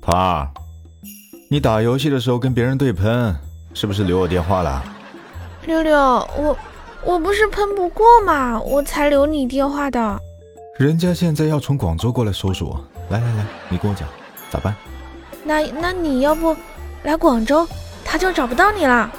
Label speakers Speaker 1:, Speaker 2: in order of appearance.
Speaker 1: 花儿，你打游戏的时候跟别人对喷，是不是留我电话了？
Speaker 2: 六六，我我不是喷不过嘛，我才留你电话的。
Speaker 1: 人家现在要从广州过来搜索，来来来，你跟我讲咋办？
Speaker 2: 那那你要不来广州，他就找不到你了。